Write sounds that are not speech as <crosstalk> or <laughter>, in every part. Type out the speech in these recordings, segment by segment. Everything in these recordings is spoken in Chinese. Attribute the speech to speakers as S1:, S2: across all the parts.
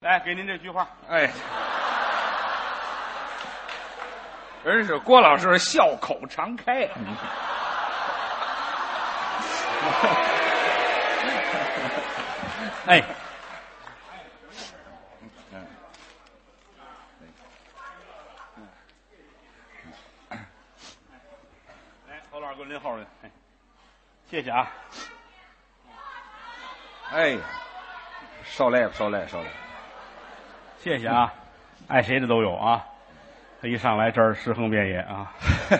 S1: 来，给您这句话，
S2: 哎，真是郭老师笑口常开。啊哎，
S1: 来，侯老师给我拎后边去，哎，谢谢啊。
S2: 哎呀，受累了，受累了，受累了。
S1: 谢谢啊，爱谁的都有啊。他一上来这儿尸横遍野 <laughs> 啊，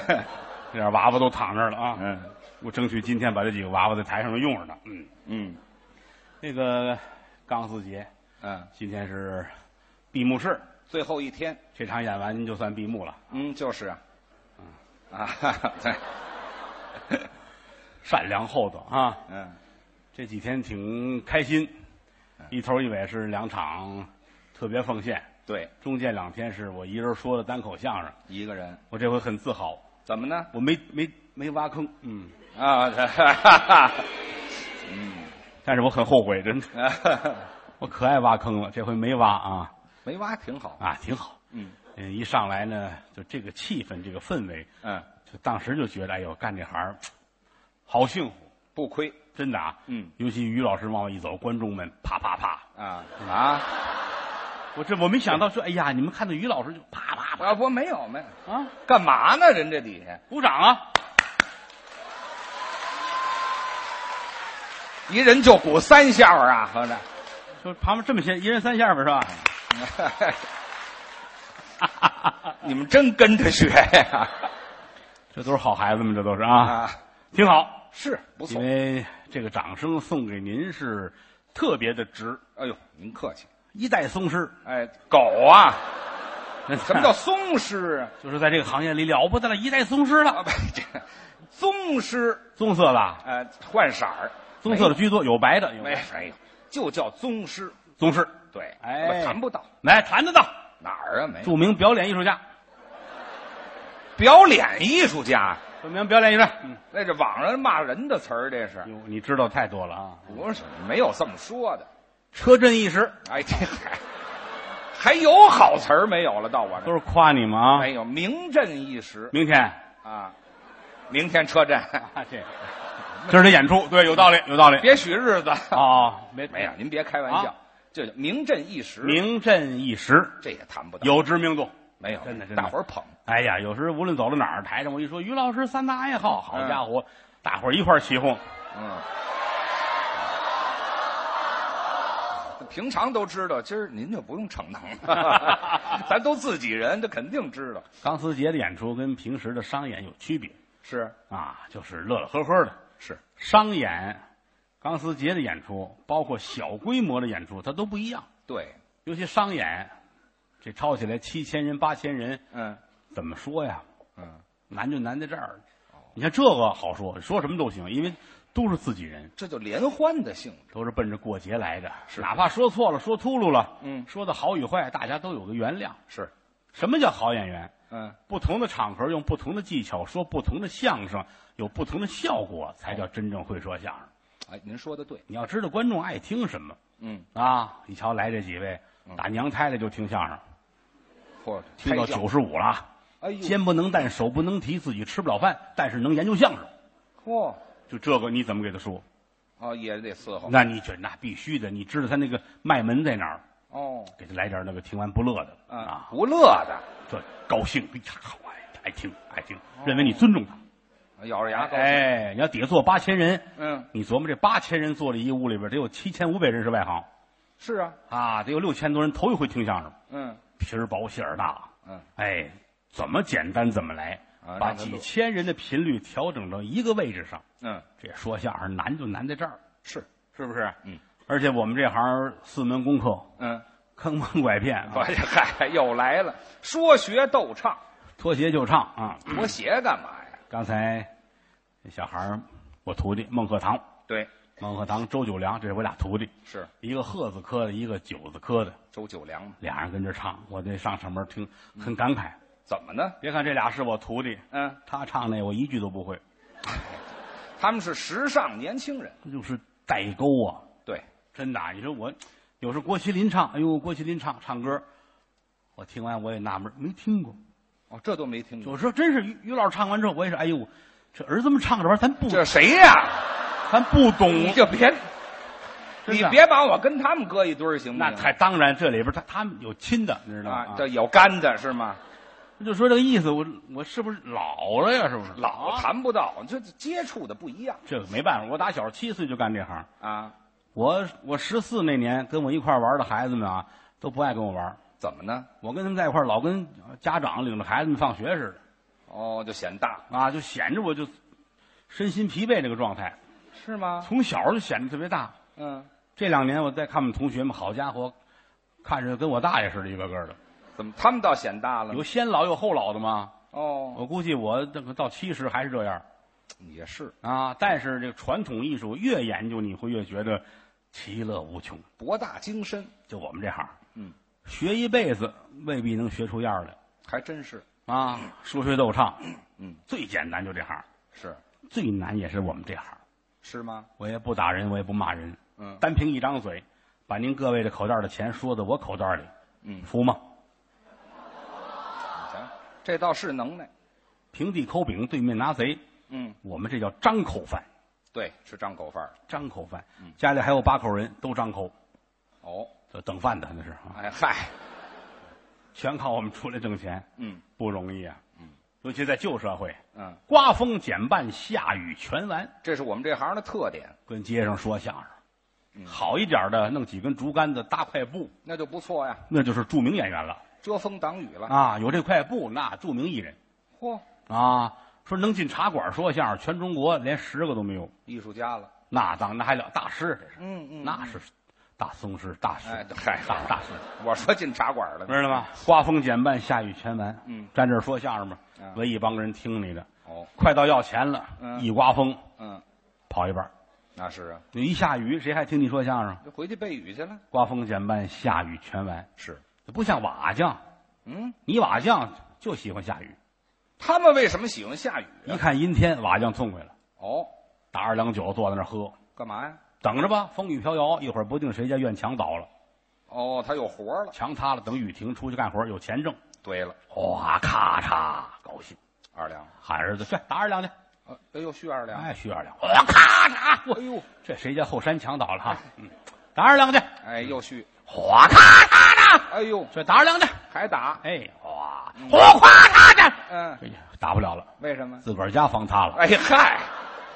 S1: 这点娃娃都躺那儿了啊。
S2: 嗯
S1: 我争取今天把这几个娃娃在台上都用上呢。嗯，
S2: 嗯
S1: 那个钢丝节，
S2: 嗯，
S1: 今天是闭幕式，
S2: 最后一天，
S1: 这场演完就算闭幕了。
S2: 嗯，就是啊，啊， <laughs> 哈哈对，
S1: 善良厚道啊，
S2: 嗯
S1: 这几天挺开心，一头一尾是两场特别奉献，
S2: 对，
S1: 中间两天是我一人说的单口相声，
S2: 一个人
S1: 我这回很自豪，
S2: 怎么呢？
S1: 我没没没挖坑，嗯，
S2: 啊， <laughs> 哈哈哈，
S1: 但是我很后悔，真的， <laughs>
S2: 啊哈哈
S1: 我可爱挖坑了，这回没挖啊
S2: 没挖挺好，
S1: 啊，挺好，
S2: 嗯
S1: 嗯，一上来呢，就这个气氛，这个氛围，
S2: 嗯，
S1: 就当时就觉得，哎呦，干这行儿好幸福，
S2: 不亏，
S1: 真的啊，
S2: 嗯
S1: 尤其于老师往外一走，观众们啪啪啪，
S2: 啊啊
S1: 我这我没想到说，哎呀，你们看到于老师就啪啪
S2: 啊，不没有没有，
S1: 啪啊，
S2: 干嘛呢？人这底下
S1: 鼓掌啊！
S2: 一人就鼓三下儿啊，合着。
S1: 就旁边这么些，一人三下吧，是
S2: <laughs>
S1: 吧？
S2: 你们真跟着学 <laughs> 呀、
S1: 这都是好孩子们，这都是啊，
S2: 啊，
S1: 挺好。
S2: 是不
S1: 因
S2: 错。
S1: 为这个掌声送给您是特别的值，
S2: 哎呦，您客气。
S1: 一代宗师，
S2: 哎，狗啊，什
S1: 什
S2: 么叫宗师啊？
S1: 就是在这个行业里了不得了，一代宗师
S2: 啊，
S1: 了，
S2: 不，这宗师，
S1: 棕色的，啊
S2: 呃，换色儿，哎
S1: 棕色的居多，有白的，有
S2: 没没有，就叫宗师。
S1: 宗师，
S2: 对，
S1: 哎
S2: 我谈不到
S1: 来谈得到，
S2: 哪儿啊，没有
S1: 著名表演艺术家，
S2: 表演艺术家，
S1: 著名表演艺术家，嗯，
S2: 那这网上骂人的词儿，这是
S1: 哟，你知道太多了啊，
S2: 不是没有这么说的？
S1: 车震一时，
S2: 哎，这还还有好词儿没有了？到我这
S1: 都
S2: 儿
S1: 是夸你们啊。
S2: 没有，名震一时。
S1: 明天
S2: 啊，明天车站，
S1: 啊，这今儿得演 <laughs> 出，对，有道理，有道理
S2: <laughs> 别许日子。
S1: 啊，没
S2: 没有，您别开玩笑，这名震一时，
S1: 名震一时，
S2: 这也谈不到。
S1: 有知名度。
S2: 没有？
S1: 真的真的
S2: 大伙儿捧，
S1: 哎呀，有时无论走到哪儿，台上我一说于老师三大爱好，好
S2: 嗯
S1: 家伙，大伙儿一块儿起哄。
S2: 嗯。平常都知道，今儿您就不用逞能了， <laughs> 咱都自己人，这肯定知道。
S1: 钢丝节的演出跟平时的商演有区别
S2: 是
S1: 啊，就是乐乐呵呵的。
S2: 是，
S1: 商演、钢丝节的演出，包括小规模的演出，它都不一样。
S2: 对，
S1: 尤其商演，这抄起来七千人、八千人，
S2: 嗯
S1: 怎么说呀？
S2: 嗯，
S1: 难就难在这儿。
S2: 哦
S1: 你看这个好说，说什么都行，因为都是自己人，
S2: 这就联欢的性质。
S1: 都是奔着过节来的。哪怕说错了、说秃噜了，
S2: 嗯
S1: 说的好与坏，大家都有个原谅。
S2: 是，
S1: 什么叫好演员？
S2: 嗯，
S1: 不同的场合用不同的技巧说不同的相声，有不同的效果，才叫真正会说相声。
S2: 哎，您说的对，
S1: 你要知道观众爱听什么
S2: 嗯，
S1: 啊！一瞧来这几位，打娘胎的就听相声，
S2: 嚯，
S1: 听到
S2: 嗯胎教
S1: 九，十五了，
S2: 哎呦，
S1: 肩不能担，手不能提，自己吃不了饭，但是能研究相声。
S2: 嚯，
S1: 就这个你怎么给他说？
S2: 哦，也得伺候，
S1: 那你觉得那必须的，你知道他那个卖门在哪儿，
S2: 哦，
S1: 给他来点那个听完不乐的
S2: 啊
S1: 啊，，
S2: 不乐的，
S1: 这高兴，哎呀，好爱爱听爱听，认为你尊重他。
S2: 咬着哦牙高兴。
S1: 哎，你要底下坐八千人，
S2: 嗯，
S1: 你琢磨这八千人坐在一屋里边，得有七千五百人是外行
S2: 是啊，
S1: 啊，得有六千多人头一回听相声，
S2: 嗯
S1: 皮儿薄馅儿大，
S2: 嗯，
S1: 哎，怎么简单怎么来
S2: 啊，
S1: 把
S2: 让他
S1: 几
S2: 乐
S1: 千人的频率调整到一个位置上，
S2: 嗯，
S1: 这说相声难就难在这儿，
S2: 是，
S1: 是不是？
S2: 嗯，
S1: 而且我们这行四门功课，
S2: 嗯， <laughs>
S1: 坑蒙拐骗啊
S2: 我这嗨又来了，说学逗唱，
S1: 脱鞋就唱啊！
S2: 我鞋干嘛呀？
S1: 刚才那小孩儿，我徒弟孟鹤堂，
S2: 对，
S1: 孟鹤堂、周九良，这是我俩徒弟，
S2: 是
S1: 一个鹤子科的，一个九子科的，
S2: 周九良嘛？
S1: 俩人跟这唱，我得上上门听，很感慨。
S2: 怎么呢？
S1: 别看这俩是我徒弟，
S2: 嗯，
S1: 他唱那我一句都不会，
S2: 他们是时尚年轻人，
S1: 这就是代沟啊！
S2: 对，
S1: 真的啊，你说我有时候郭麒麟唱，哎呦，郭麒麟唱唱歌，我听完我也纳闷，没听过。
S2: 哦，这都没听过。
S1: 有时候真是于于老师唱完之后，我也是，哎呦，这儿子们唱这玩意儿，咱不
S2: 这谁呀？
S1: 咱不懂，
S2: 你就别，
S1: 真
S2: 你
S1: 的
S2: 别把我跟他们搁一堆儿行不
S1: 啊那
S2: 行？
S1: 太当然，这里边他他们有亲的，你嗯知道吗？
S2: 啊，这有干的是吗？
S1: 就说这个意思，我我是不是老了呀？是不啊是
S2: 老谈不到，这接触的不一样
S1: 这个没办法，我打小七岁就干这行。
S2: 啊。
S1: 我我十四那年跟我一块儿玩的孩子们啊，都不爱跟我玩。
S2: 怎么呢？
S1: 我跟他们在一块儿，老跟家长领着孩子们放学似
S2: 哦，就显大
S1: 的啊，就显着我就身心疲惫这个状态，
S2: 是吗？
S1: 从小就显得特别大。
S2: 嗯，
S1: 这两年我再看我们同学们，好家伙，看着跟我大爷似的，一个个的，
S2: 怎么他们倒显大了
S1: 有？先老有后老的嘛。
S2: 哦，
S1: 我估计我这个到七十还是这样
S2: 也是，
S1: 啊。但是这个传统艺术越研究，你会越觉得其乐无穷。
S2: 博大精深，
S1: 就我们这行，
S2: 嗯，
S1: 学一辈子未必能学出样儿来。
S2: 还真是
S1: 啊，说学逗唱，
S2: 嗯，
S1: 最简单就这行，
S2: 是
S1: 最难也是我们这行。
S2: 是吗？
S1: 我也不打人，我也不骂人，
S2: 嗯
S1: 单凭一张嘴，把您各位的口袋的钱说到我口袋里，
S2: 嗯，
S1: 服吗？
S2: 行，啊这倒是能耐。
S1: 平地抠饼，对面拿贼，
S2: 嗯，
S1: 我们这叫张口饭，
S2: 对，是张口饭儿。
S1: 张口饭。
S2: 嗯
S1: 家里还有八口人，都张口，
S2: 哦，
S1: 这等饭的那是啊，
S2: 哎嗨，
S1: 全靠我们出来挣钱，
S2: 嗯
S1: 不容易啊。嗯，尤其在旧社会，
S2: 嗯，
S1: 刮风减半，下雨全完。
S2: 这是我们这行的特点，
S1: 跟街上说相声，好一点的弄几根竹竿子搭块布，
S2: 那就不错呀，
S1: 那就是著名演员了
S2: 遮风挡雨了。
S1: 啊！有这块布，那著名艺人
S2: 嚯、
S1: 啊。说能进茶馆说相声，全中国连十个都没有，
S2: 艺术家了。
S1: 那当那还了大师，这是
S2: 嗯嗯
S1: 那是大宗师大师，
S2: 哎，嗨，
S1: 大大师，
S2: 我说进茶馆了呢。
S1: 知道吗？刮风减半，下雨全完。
S2: 嗯，
S1: 站这儿说相声吧
S2: 啊，
S1: 围一帮人听你的。
S2: 哦，
S1: 快到要钱了，
S2: 嗯
S1: 一刮风
S2: 嗯，
S1: 跑一半儿，
S2: 那是啊，
S1: 你一下雨谁还听你说相声？
S2: 就回去背雨去了。
S1: 刮风减半，下雨全完。
S2: 是，
S1: 不像瓦匠，
S2: 嗯，
S1: 泥瓦匠就喜欢下雨。
S2: 他们为什么喜欢下雨
S1: 一
S2: 啊？
S1: 看阴天，瓦匠痛快了，
S2: 哦，
S1: 打二两酒坐在那儿喝，
S2: 干嘛呀？
S1: 等着吧，风雨飘摇，一会儿不定谁家院墙倒了，
S2: 哦，他有活了。
S1: 墙塌了，等雨停，出去干活有钱挣，
S2: 对了，
S1: 哗咔嚓，高兴，
S2: 二两，
S1: 喊儿子去打二两去，
S2: 呃哎呦，续二两。
S1: 哎，徐二两，哗咔嚓，我
S2: 哎呦，
S1: 这谁家后山墙倒了哈，嗯，打二两去，
S2: 哎，又续，
S1: 哗咔嚓嚓，
S2: 哎呦，
S1: 这打二两去，
S2: 还打，
S1: 哎，哗哗咔嚓嚓，
S2: 嗯，
S1: 哎呀，打不了了，
S2: 为什么？
S1: 自个儿家房塌了，
S2: 哎嗨，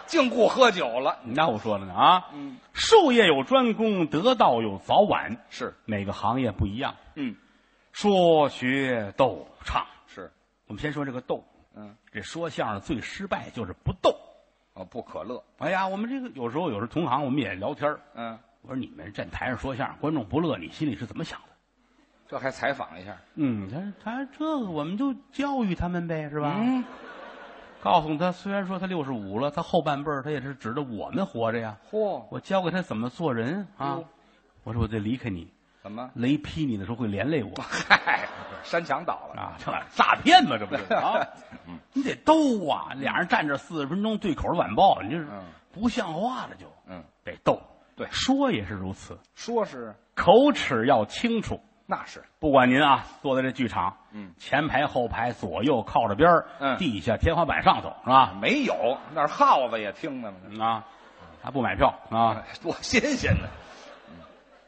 S2: 净顾喝酒了。
S1: 那我说了呢啊，
S2: 嗯，
S1: 术业有专攻，得道有早晚，
S2: 是，
S1: 每个行业不一样。
S2: 嗯，
S1: 说学逗唱，
S2: 是，
S1: 我们先说这个逗，
S2: 嗯，
S1: 这说相声最失败就是不逗。
S2: 哦，不可乐，
S1: 哎呀，我们这个有时候有时候同行我们也聊天儿
S2: 嗯，
S1: 我说你们站台上说相声，观众不乐，你心里是怎么想的？
S2: 这还采访一下，
S1: 嗯，他他这个我们就教育他们呗，是吧？
S2: 嗯，
S1: 告诉他，虽然说他六十五了，他后半辈儿他也是指着我们活着呀。
S2: 嚯，
S1: 我教给他怎么做人啊！
S2: 哟
S1: 我说我得离开你，
S2: 怎么？
S1: 雷劈你的时候会连累我。
S2: 嗨，山墙倒了，
S1: 啊，这玩意儿诈骗嘛，这不就是
S2: <laughs>
S1: 啊？你得兜啊！俩人站这四十分钟对口儿晚报，你这是
S2: 嗯
S1: 不像话了就，
S2: 嗯，
S1: 得斗。
S2: 对
S1: 说也是如此，
S2: 说是
S1: 口齿要清楚。
S2: 那是，
S1: 不管您啊，坐在这剧场，
S2: 嗯，
S1: 前排、后排、左右靠着边儿，
S2: 嗯
S1: 地下、天花板、上头，是吧？
S2: 没有，那儿耗子也听着呢，
S1: 嗯啊，还不买票啊？
S2: 哎多新鲜呢，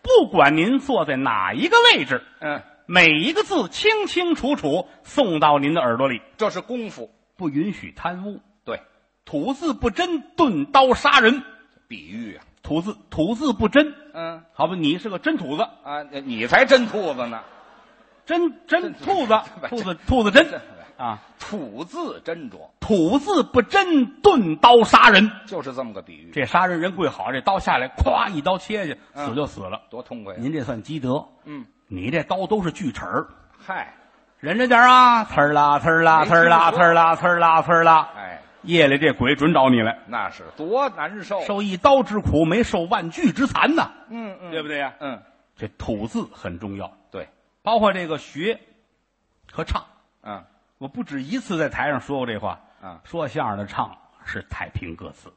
S1: 不管您坐在哪一个位置，
S2: <laughs> 嗯，
S1: 每一个字清清楚楚送到您的耳朵里，
S2: 这是功夫，
S1: 不允许贪污，
S2: 对，
S1: 吐字不真，钝刀杀人。
S2: 比喻啊，
S1: 吐字吐字不真，
S2: 嗯
S1: 好吧，你是个真兔子，
S2: 啊，你才真兔子呢，
S1: 真真
S2: 真
S1: 兔子，兔
S2: <laughs>
S1: 子兔子
S2: 这
S1: 真啊，
S2: 吐字斟酌，
S1: 吐字不真，钝刀杀人。
S2: 就是这么个比喻，
S1: 这杀人人跪好，这刀下来，咵一刀切下去，
S2: 嗯
S1: 死就死了。
S2: 多痛快呀，啊
S1: 您这算积德，
S2: 嗯，
S1: 你这刀都是锯齿儿，
S2: 嗨，
S1: 忍着点儿啊，呲儿啦呲儿啦
S2: 没
S1: 呲儿啦呲
S2: 听说
S1: 儿啦呲儿啦呲儿啦，
S2: 哎，
S1: 夜里这鬼准找你来，
S2: 那是多难受，啊
S1: 受一刀之苦，没受万锯之残呐，
S2: 嗯嗯，
S1: 对不对呀？
S2: 嗯，
S1: 这吐字很重要，
S2: 对，
S1: 包括这个学和唱。
S2: 嗯
S1: 我不止一次在台上说过这话。
S2: 嗯，
S1: 说相声的唱是太平歌词，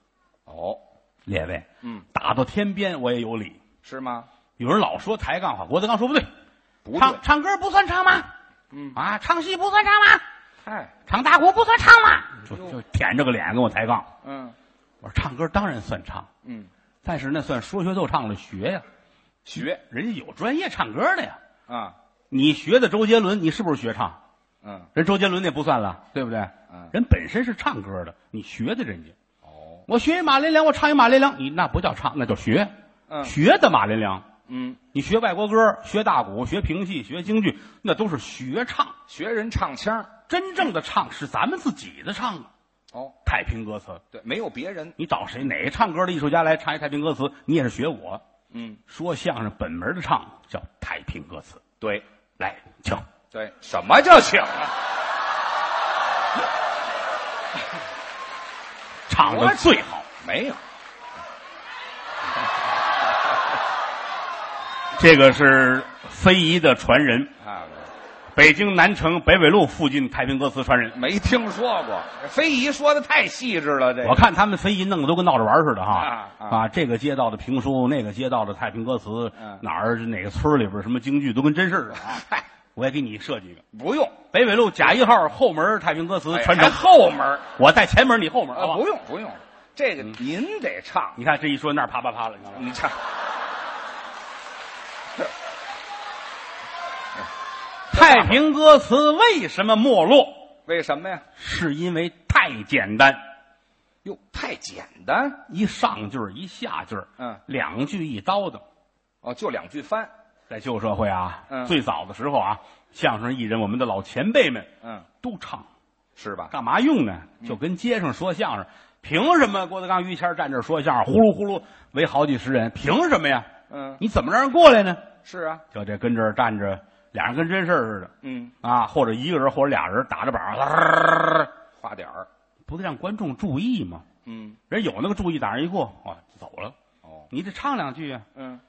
S2: 哦，
S1: 列位，
S2: 嗯，
S1: 打到天边我也有理。
S2: 是吗？
S1: 有人老说抬杠话，郭德纲说不对，
S2: 不对
S1: 唱，唱歌不算唱吗？
S2: 嗯
S1: 啊，唱戏不算唱吗？
S2: 嗨，
S1: 唱大鼓不算唱吗？就
S2: 哟
S1: 就舔着个脸跟我抬杠。
S2: 嗯
S1: 我说唱歌当然算唱，
S2: 嗯，
S1: 但是那算说学逗唱的学呀，
S2: 学
S1: 人家有专业唱歌的呀。
S2: 啊，
S1: 你学的周杰伦，你是不是学唱？
S2: 嗯
S1: 人周杰伦那不算了，对不对？
S2: 嗯，
S1: 人本身是唱歌的，你学的人家。
S2: 哦，
S1: 我学一马连良，我唱一马连良，你那不叫唱，那叫学。
S2: 嗯
S1: 学的马连良，
S2: 嗯，
S1: 你学外国歌，学大鼓，学评戏，学京剧，那都是学唱。
S2: 学人唱腔儿
S1: 真正的唱是咱们自己的唱啊，
S2: 哦，
S1: 太平歌词。
S2: 对，没有别人，
S1: 你找谁哪个唱歌的艺术家来唱一太平歌词，你也是学我。
S2: 嗯，
S1: 说相声本门的唱叫太平歌词，
S2: 对
S1: 来，请。
S2: 对，什么叫请啊？
S1: 唱的最好。
S2: 没有，
S1: 这个是非遗的传人，
S2: 啊，
S1: 北京南城北纬路附近太平歌词传人。
S2: 没听说过。非遗说的太细致了，这
S1: 我
S2: 个
S1: 看他们非遗弄得都跟闹着玩儿似的哈
S2: 啊啊
S1: 这个街道的评书，那个街道的太平歌词，
S2: 嗯
S1: 哪儿哪个村儿里边儿什么京剧都跟真事儿似的啊！
S2: 嗨，
S1: 我也给你设计一个，
S2: 不用，
S1: 北纬路甲一号后门太平歌词
S2: 哎
S1: 传
S2: 还
S1: 承，
S2: 后门儿
S1: 我在前门，你后门，好不
S2: 啊，
S1: 好
S2: 不用不用，这个您得唱，
S1: 你看这一说那儿啪啪啪了，你看吗？
S2: 你唱，
S1: 太平歌词为什么没落？
S2: 为什么呀？
S1: 是因为太简单，
S2: 哟，太简单
S1: 一上句儿一下句儿
S2: 嗯，
S1: 两句一刀的。
S2: 哦，就两句翻，
S1: 在旧社会啊，
S2: 嗯
S1: 最早的时候啊，相声艺人我们的老前辈们
S2: 嗯，
S1: 都唱，
S2: 是吧？
S1: 干嘛用呢？就跟街上说相声，凭什么郭德纲、于谦站这儿说相声，呼噜呼噜围好几十人，凭什么呀？
S2: 嗯，
S1: 你怎么让人过来呢？
S2: 是啊，
S1: 就这跟这儿站着，俩人跟真事儿似的
S2: 嗯，
S1: 啊，或者一个人或者俩人打着板儿，
S2: 花点儿，
S1: 不得让观众注意吗？
S2: 嗯，
S1: 人有那个注意，打人一过，哇，走了。
S2: 哦，
S1: 你得唱两句啊。
S2: 嗯，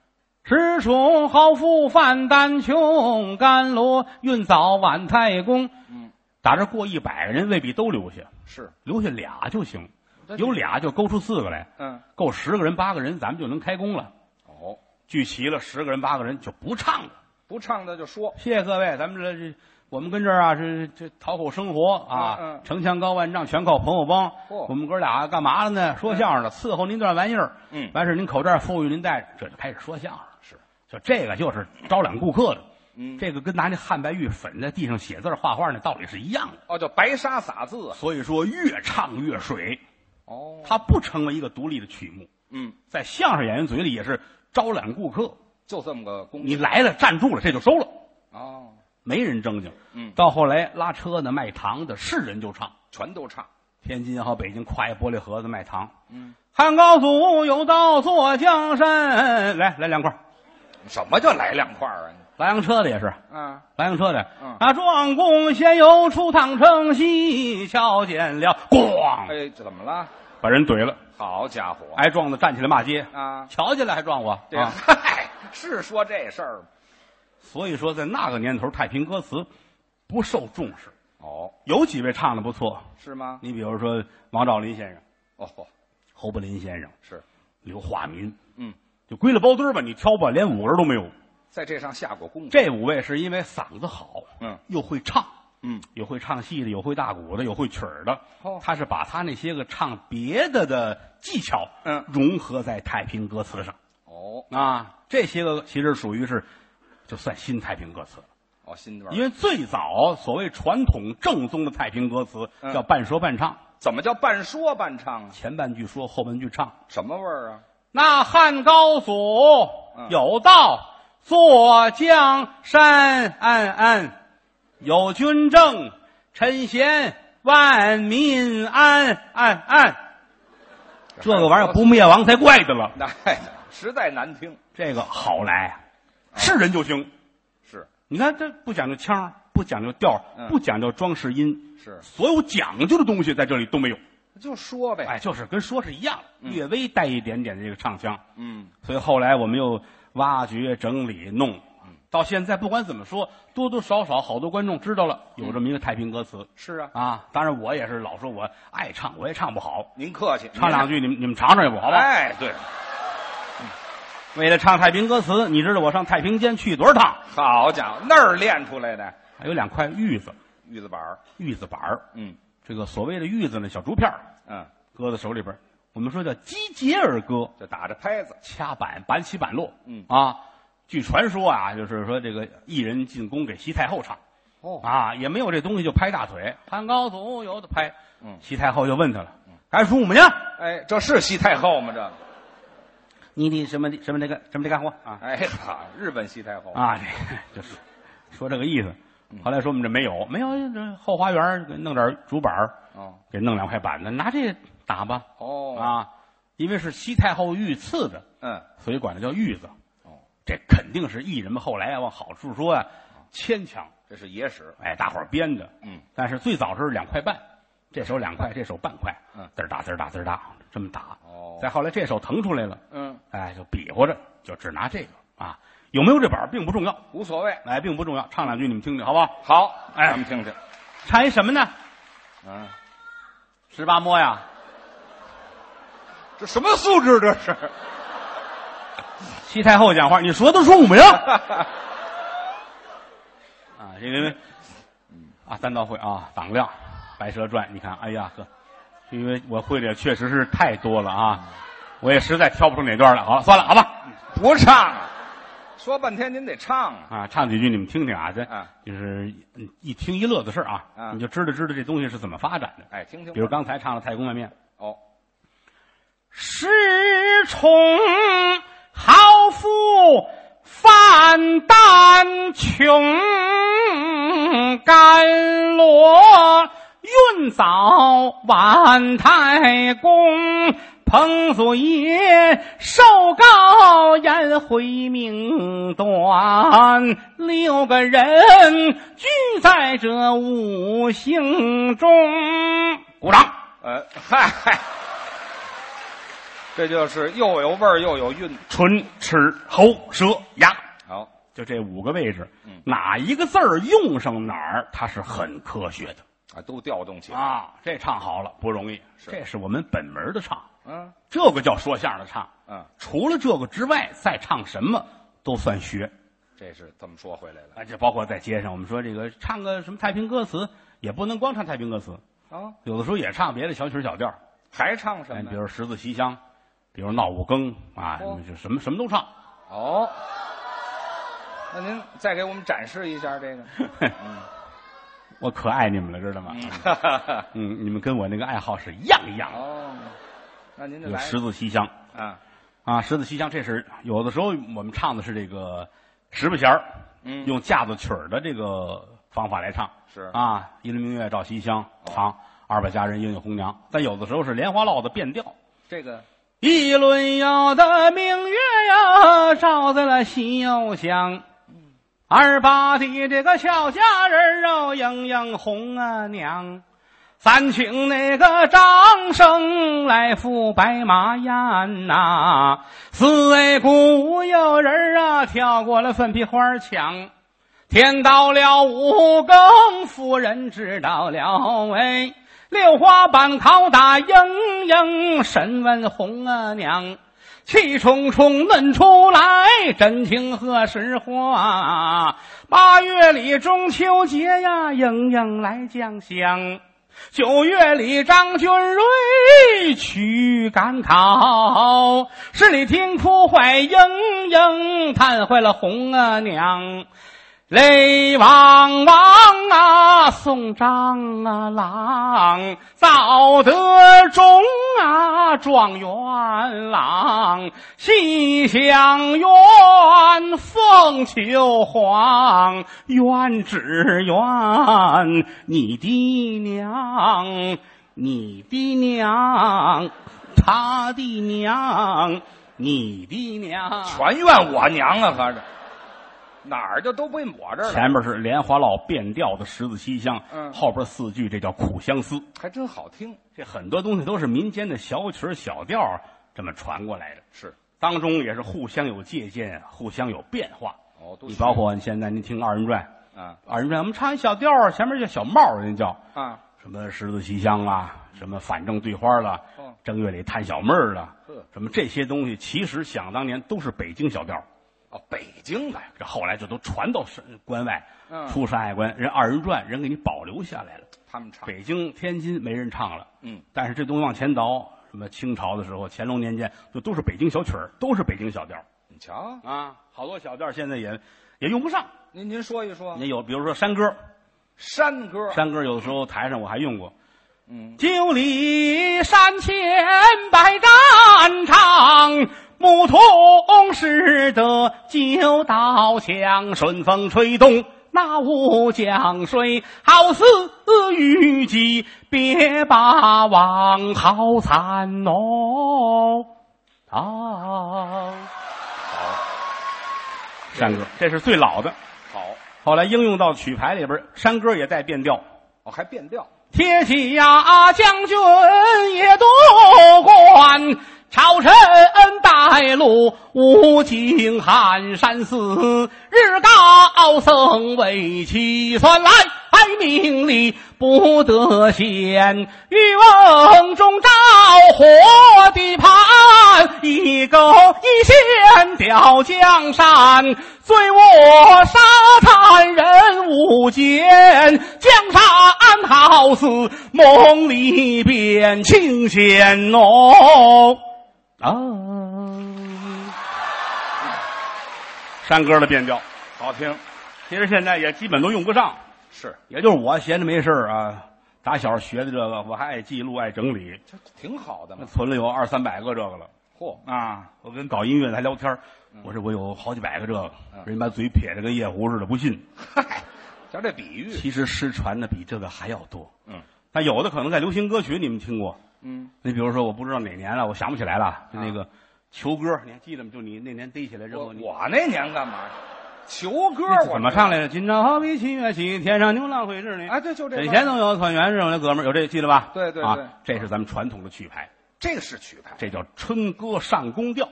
S1: 吃穷好富饭单穷，甘罗运早晚太公。
S2: 嗯，
S1: 打这过一百个人未必都留下，
S2: 是，
S1: 留下俩就行，
S2: 那
S1: 有俩就勾出四个来，
S2: 嗯，
S1: 够十个人八个人，咱们就能开工了。
S2: 哦，
S1: 聚齐了十个人八个人就不唱了。
S2: 不唱的就说，
S1: 谢谢各位，咱们这这我们跟这儿啊是这讨口生活啊，
S2: 嗯嗯哦
S1: 城墙高万丈全靠朋友帮。
S2: 嚯
S1: 我们哥俩干嘛了呢？说相声的，伺候您段玩意儿。
S2: 嗯
S1: 完事儿您口罩富裕您戴着，这就开始说相声了。
S2: 是，
S1: 就这个就是招揽顾客的。
S2: 嗯，
S1: 这个跟拿那汉白玉粉在地上写字儿画画那道理是一样的。
S2: 哦，叫白沙撒字啊，
S1: 所以说，越唱越水，
S2: 哦，
S1: 它不成为一个独立的曲目，
S2: 嗯，
S1: 在相声演员嘴里也是招揽顾客。
S2: 就这么个功
S1: 你来了，站住了，这就收了，
S2: 哦，
S1: 没人正经。
S2: 嗯
S1: 到后来拉车的、卖糖的，是人就唱。
S2: 全都唱，
S1: 天津也好，北京挎一玻璃盒子卖糖。
S2: 嗯，
S1: 汉高祖有道坐江山，来来两块儿。
S2: 什么叫来两块儿
S1: 拉洋车的也是，
S2: 啊？啊，
S1: 拉洋车的，
S2: 嗯
S1: 啊，壮公闲游出趟城西，瞧见了，咣，
S2: 哎，怎么了？
S1: 把人怼了，
S2: 好家伙，
S1: 挨撞的站起来骂街，
S2: 啊，
S1: 瞧见了还撞我
S2: 这
S1: 啊！
S2: <laughs> 嗨，是说这事儿吗？
S1: 所以说，在那个年头，太平歌词不受重视，
S2: 哦，
S1: 有几位唱的不错，
S2: 是吗？
S1: 你比如说王兆林先生、
S2: 哦，
S1: 侯伯林先生、
S2: 是，
S1: 刘化民，
S2: 嗯，
S1: 就归了包堆儿吧，你挑吧，连五个人都没有。
S2: 在这上下过功夫，
S1: 这五位是因为嗓子好，
S2: 嗯
S1: 又会唱，
S2: 嗯，
S1: 有会唱戏的，有会大鼓的，有会曲儿的。
S2: 哦
S1: 他是把他那些个唱别的的技巧，
S2: 嗯
S1: 融合在太平歌词上
S2: 哦
S1: 啊。这些个其实属于是，就算新太平歌词，
S2: 哦，新段儿
S1: 因为最早所谓传统正宗的太平歌词
S2: 嗯
S1: 叫半说半唱，
S2: 怎么叫半说半唱啊？
S1: 前半句说，后半句唱。
S2: 什么味儿啊？
S1: 那汉高祖
S2: 嗯
S1: 有道坐江山，安安有军政，臣贤万民安安安。这个玩意儿不灭亡才怪的了。
S2: <laughs> 那、哎、实在难听，
S1: 这个好来啊，是人就行。
S2: 是
S1: 你看这不讲究腔儿，不讲究调儿，
S2: 嗯
S1: 不讲究装饰音，
S2: 是，
S1: 所有讲究的东西在这里都没有。
S2: 就说呗。
S1: 哎，就是跟说是一样，略微带一点点的这个唱腔。
S2: 嗯，
S1: 所以后来我们又挖掘、整理、弄，到现在不管怎么说，多多少少好多观众知道了有这么一个太平歌词
S2: 是啊，
S1: 啊。当然我也是老说我爱唱，我也唱不好，
S2: 您客气，哎
S1: 唱两句
S2: 句，
S1: 你们你们尝尝也不好吧？
S2: 哎，对，
S1: 为了唱太平歌词，你知道我上太平间去多少趟？
S2: 好家伙，那儿练出来的
S1: 还有两块玉子，
S2: 玉子板儿，
S1: 玉子板儿。
S2: 嗯
S1: 这个所谓的玉子呢，小竹片儿
S2: 嗯，
S1: 搁在手里边儿，我们说叫击节而歌，
S2: 就打着拍子，
S1: 掐板板起板落。
S2: 嗯
S1: 啊，据传说啊，就是说这个艺人进宫给西太后唱
S2: 哦
S1: 啊，也没有这东西就拍大腿，汉高祖有的拍。
S2: 嗯
S1: 西太后就问他了：“该说我们家，
S2: 哎，这是西太后吗？这个，
S1: 你的什么的什么那个什么的干活啊
S2: 哎呀，日本西太后，
S1: 啊？”这就是说这个意思。
S2: 嗯
S1: 后来说我们这没有，没有这后花园儿给弄点竹板儿
S2: 哦
S1: 给弄两块板子，拿这打吧。
S2: 哦，
S1: 啊，因为是西太后御赐的，
S2: 嗯，
S1: 所以管它叫御子。
S2: 哦，
S1: 这肯定是艺人们后来啊往好处说啊，牵强，
S2: 这是野史，
S1: 哎，大伙儿编的。
S2: 嗯，
S1: 但是最早是两块半，这手两块，这手半块，
S2: 嗯
S1: 滋儿打滋儿打滋儿打，这么打。
S2: 哦，
S1: 再后来这手腾出来了，
S2: 嗯，
S1: 哎，就比划着，就只拿这个啊，有没有这板儿并不重要，
S2: 无所谓，
S1: 哎，并不重要。唱两句你们听听好不好？
S2: 好，
S1: 哎
S2: 咱们听听，
S1: 唱一什么呢？
S2: 嗯，
S1: 十八摸呀，
S2: 这什么素质这是？
S1: 西太后讲话，你舌头说我
S2: <laughs>
S1: 们呀？啊，这个，啊，三道会啊，党亮，《白蛇传》，你看，哎呀呵，因为我会的确实是太多了啊，我也实在挑不出哪段了。好了，算了，好吧，
S2: 嗯不唱啊，说半天您得唱啊，
S1: 啊，唱几句你们听听啊，这
S2: 啊
S1: 就是嗯一听一乐的事儿啊
S2: 啊，
S1: 你就知道知道这东西是怎么发展的。
S2: 哎，听听，
S1: 比如刚才唱了《太公卖面》，
S2: 哦，
S1: 恃宠豪富，泛淡穷，甘罗运早晚太公。彭祖爷寿高颜回命短，六个人聚在这五行中。鼓掌。
S2: 呃，嗨嗨，这就是又有味儿又有韵，
S1: 唇、齿、喉、舌、牙，
S2: 好，
S1: 就这五个位置，
S2: 嗯
S1: 哪一个字儿用上哪儿，它是很科学的
S2: 啊，都调动起来，
S1: 啊。这唱好了不容易，
S2: 是
S1: 这是我们本门的唱，
S2: 嗯
S1: 这个叫说相声的唱。
S2: 嗯，
S1: 除了这个之外，再唱什么都算学。
S2: 这是这么说回来了
S1: 啊，这包括在街上，我们说这个唱个什么太平歌词，也不能光唱太平歌词，
S2: 啊，
S1: 有的时候也唱别的小曲儿小调儿，
S2: 还唱什
S1: 哎，
S2: 么
S1: 比
S2: 呀？
S1: 如十字西厢，比如闹五更啊，
S2: 哦
S1: 就什么什么都唱。
S2: 哦，那您再给我们展示一
S1: <laughs>
S2: 下这个，
S1: 我可爱你们了，知道吗？
S2: 嗯，
S1: 嗯，你们跟我那个爱好是一样一样的。
S2: <laughs> 哦，那您就
S1: 有
S2: 来
S1: 十字西厢
S2: 啊，
S1: 啊，十字西厢，这是有的时候我们唱的是这个十八弦儿，
S2: 嗯，
S1: 用架子曲儿的这个方法来唱
S2: 是
S1: 啊，一轮明月照西厢，唐二百佳人应有红娘。但有的时候是莲花落的变调，
S2: 这个
S1: 一轮有的明月呀，照在了西游乡。二八的这个小佳人儿哦，盈盈红啊娘。三请那个张生来赴白马宴呐、四位鼓舞有人啊，跳过了粉皮花墙。天到了五更，夫人知道了哎，六花板拷打莺莺，审问红啊娘，气冲冲问出来，真情何时话？八月里中秋节呀，莺莺来降香。九月里，张君瑞去赶考，十里听哭坏莺莺，叹坏了红啊娘。泪汪汪啊，送张啊郎，早得中啊状元郎，西厢院凤求凰，愿只愿你的娘，你的娘，他的娘，你的娘。
S2: 全怨我娘啊，合着哪儿就都归我这儿了，
S1: 前面是莲花落变调的十字西厢，
S2: 嗯
S1: 后边四句这叫苦相思。
S2: 还真好听，
S1: 这很多东西都是民间的小曲儿小调儿这么传过来的，
S2: 是
S1: 当中也是互相有借鉴，互相有变化。
S2: 哦，都
S1: 你包括现在您听二人转，
S2: 啊
S1: 二人转我们唱一小调儿，前面叫小帽儿，人家叫
S2: 啊，
S1: 什么十字西厢啊，什么反正对花儿了，
S2: 哦哦，
S1: 正月里探小妹儿了
S2: 呵，
S1: 什么这些东西，其实想当年都是北京小调儿，
S2: 哦，北京来
S1: 这后来就都传到山关外，
S2: 嗯
S1: 出山海关，人二人转人给你保留下来了。
S2: 他们唱，
S1: 啊北京、天津没人唱了，
S2: 嗯，
S1: 但是这东西往前倒，什么清朝的时候、乾隆年间，就都是北京小曲儿，都是北京小调儿
S2: 你瞧，
S1: 啊，好多小调儿现在也也用不上。
S2: 您您说一说
S1: 你有比如说山歌，
S2: 山歌，
S1: 山歌有的时候台上我还用过，
S2: 嗯，
S1: 九里山前百战场，牧童拾得九道枪，顺风吹动那乌江水，好似虞姬别把王，好惨哦！啊，
S2: 好，
S1: 山歌，这是最老的，
S2: 好，
S1: 后来应用到曲牌里边，山歌也带变调。
S2: 哦，还变调，
S1: 铁骑呀，将军也夺冠，朝臣带路，武警寒山寺，日高僧为其算来，命里不得闲。玉瓮中着火的盘，一钩一线吊江山，醉卧沙滩人无间，江山好似梦里边清闲哦。啊，山歌的变调，
S2: 好听，
S1: 其实现在也基本都用不上。
S2: 是，
S1: 也就是我闲着没事儿啊，打小学的这个，我还爱记录、爱整理，
S2: 这挺好的嘛，
S1: 存了有二三百个这个了
S2: 嚯，
S1: 啊！我跟搞音乐的还聊天儿我说我有好几百个这个
S2: 嗯，
S1: 人把嘴撇着跟夜壶似的，不信。
S2: 嗨，瞧这比喻，
S1: 其实失传的比这个还要多，
S2: 嗯
S1: 但有的可能在流行歌曲你们听过。
S2: 嗯，
S1: 你比如说，我不知道哪年了，我想不起来了，就那个球歌，你还记得吗？就你那年逮起来之
S2: 我
S1: 后，你
S2: 我那年干嘛呀？求歌
S1: 那
S2: 我
S1: 怎么唱来着？今朝好比七月起，天上牛郎会织女。
S2: 哎，对，就这
S1: 沈
S2: 个，
S1: 贤都有，团圆是我那哥们儿，有这记得吧？
S2: 对对对
S1: 啊，这是咱们传统的曲牌。
S2: 这个是曲牌，
S1: 这叫春歌上宫调。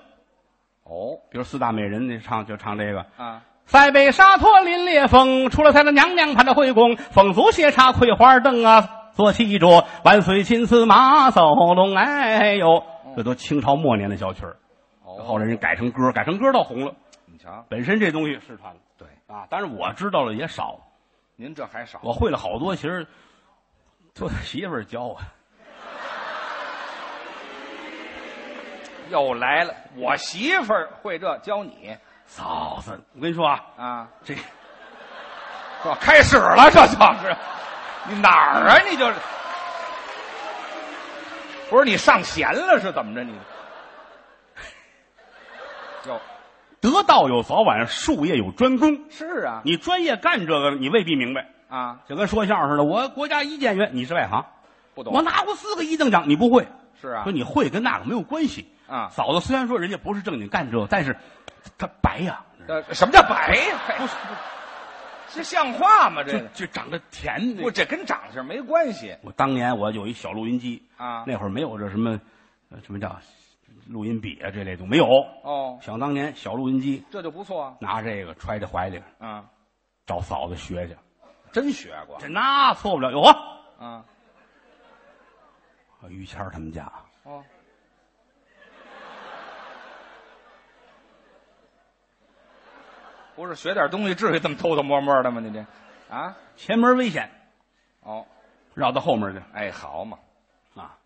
S2: 哦
S1: 比如四大美人，那唱就唱这个。
S2: 啊，
S1: 塞北沙陀林烈风，出了塞的娘娘盘的惠宫，凤足斜插葵花灯啊，坐骑着万岁金丝马走龙，哎呦，这都清朝末年的小曲儿，后
S2: 哦，
S1: 来人改成歌，改成歌倒红了。
S2: 你瞧，
S1: 本身这东西失传了
S2: 对，
S1: 啊，当然我知道了也少，
S2: 您这还少，
S1: 我会了好多，其实做媳妇儿教啊我。
S2: 又来了，我媳妇儿会这，教你
S1: 嫂子，我跟你说啊，
S2: 啊，
S1: 这
S2: 这开始了，这就是你哪儿啊？你就是不是你上弦了是怎么着？你哟，
S1: 得道有早晚，术业有专攻。
S2: 是啊
S1: 你专业干这个的，你未必明白，
S2: 啊，
S1: 就跟说相声似的。我国家一检员，你是外行，
S2: 不
S1: 我
S2: 懂
S1: 拿过四个一等奖，你不会，
S2: 是啊
S1: 说你会跟那个没有关系。
S2: 啊，
S1: 嫂子虽然说人家不是正经干这个，但是她白呀，
S2: 呃，什么叫白呀？不是，这像话吗？这
S1: 就
S2: 个
S1: 就长得甜。
S2: 不，
S1: 我
S2: 这跟长相没关系
S1: 我当年我有一小录音机，
S2: 啊。
S1: 那会儿没有这什么，呃什么叫录音笔啊这类东西没有。
S2: 哦，
S1: 想当年小录音机，
S2: 这就不错啊
S1: 拿这个揣在怀里，
S2: 啊，
S1: 找嫂子学去，
S2: 真学过
S1: 这那错不了。有啊，
S2: 啊。
S1: 于谦儿他们家
S2: 哦，不是学点东西，至于这么偷偷摸摸的吗？你这，啊，
S1: 前门危险，
S2: 哦，
S1: 绕到后面去。
S2: 哎，好嘛，
S1: 啊，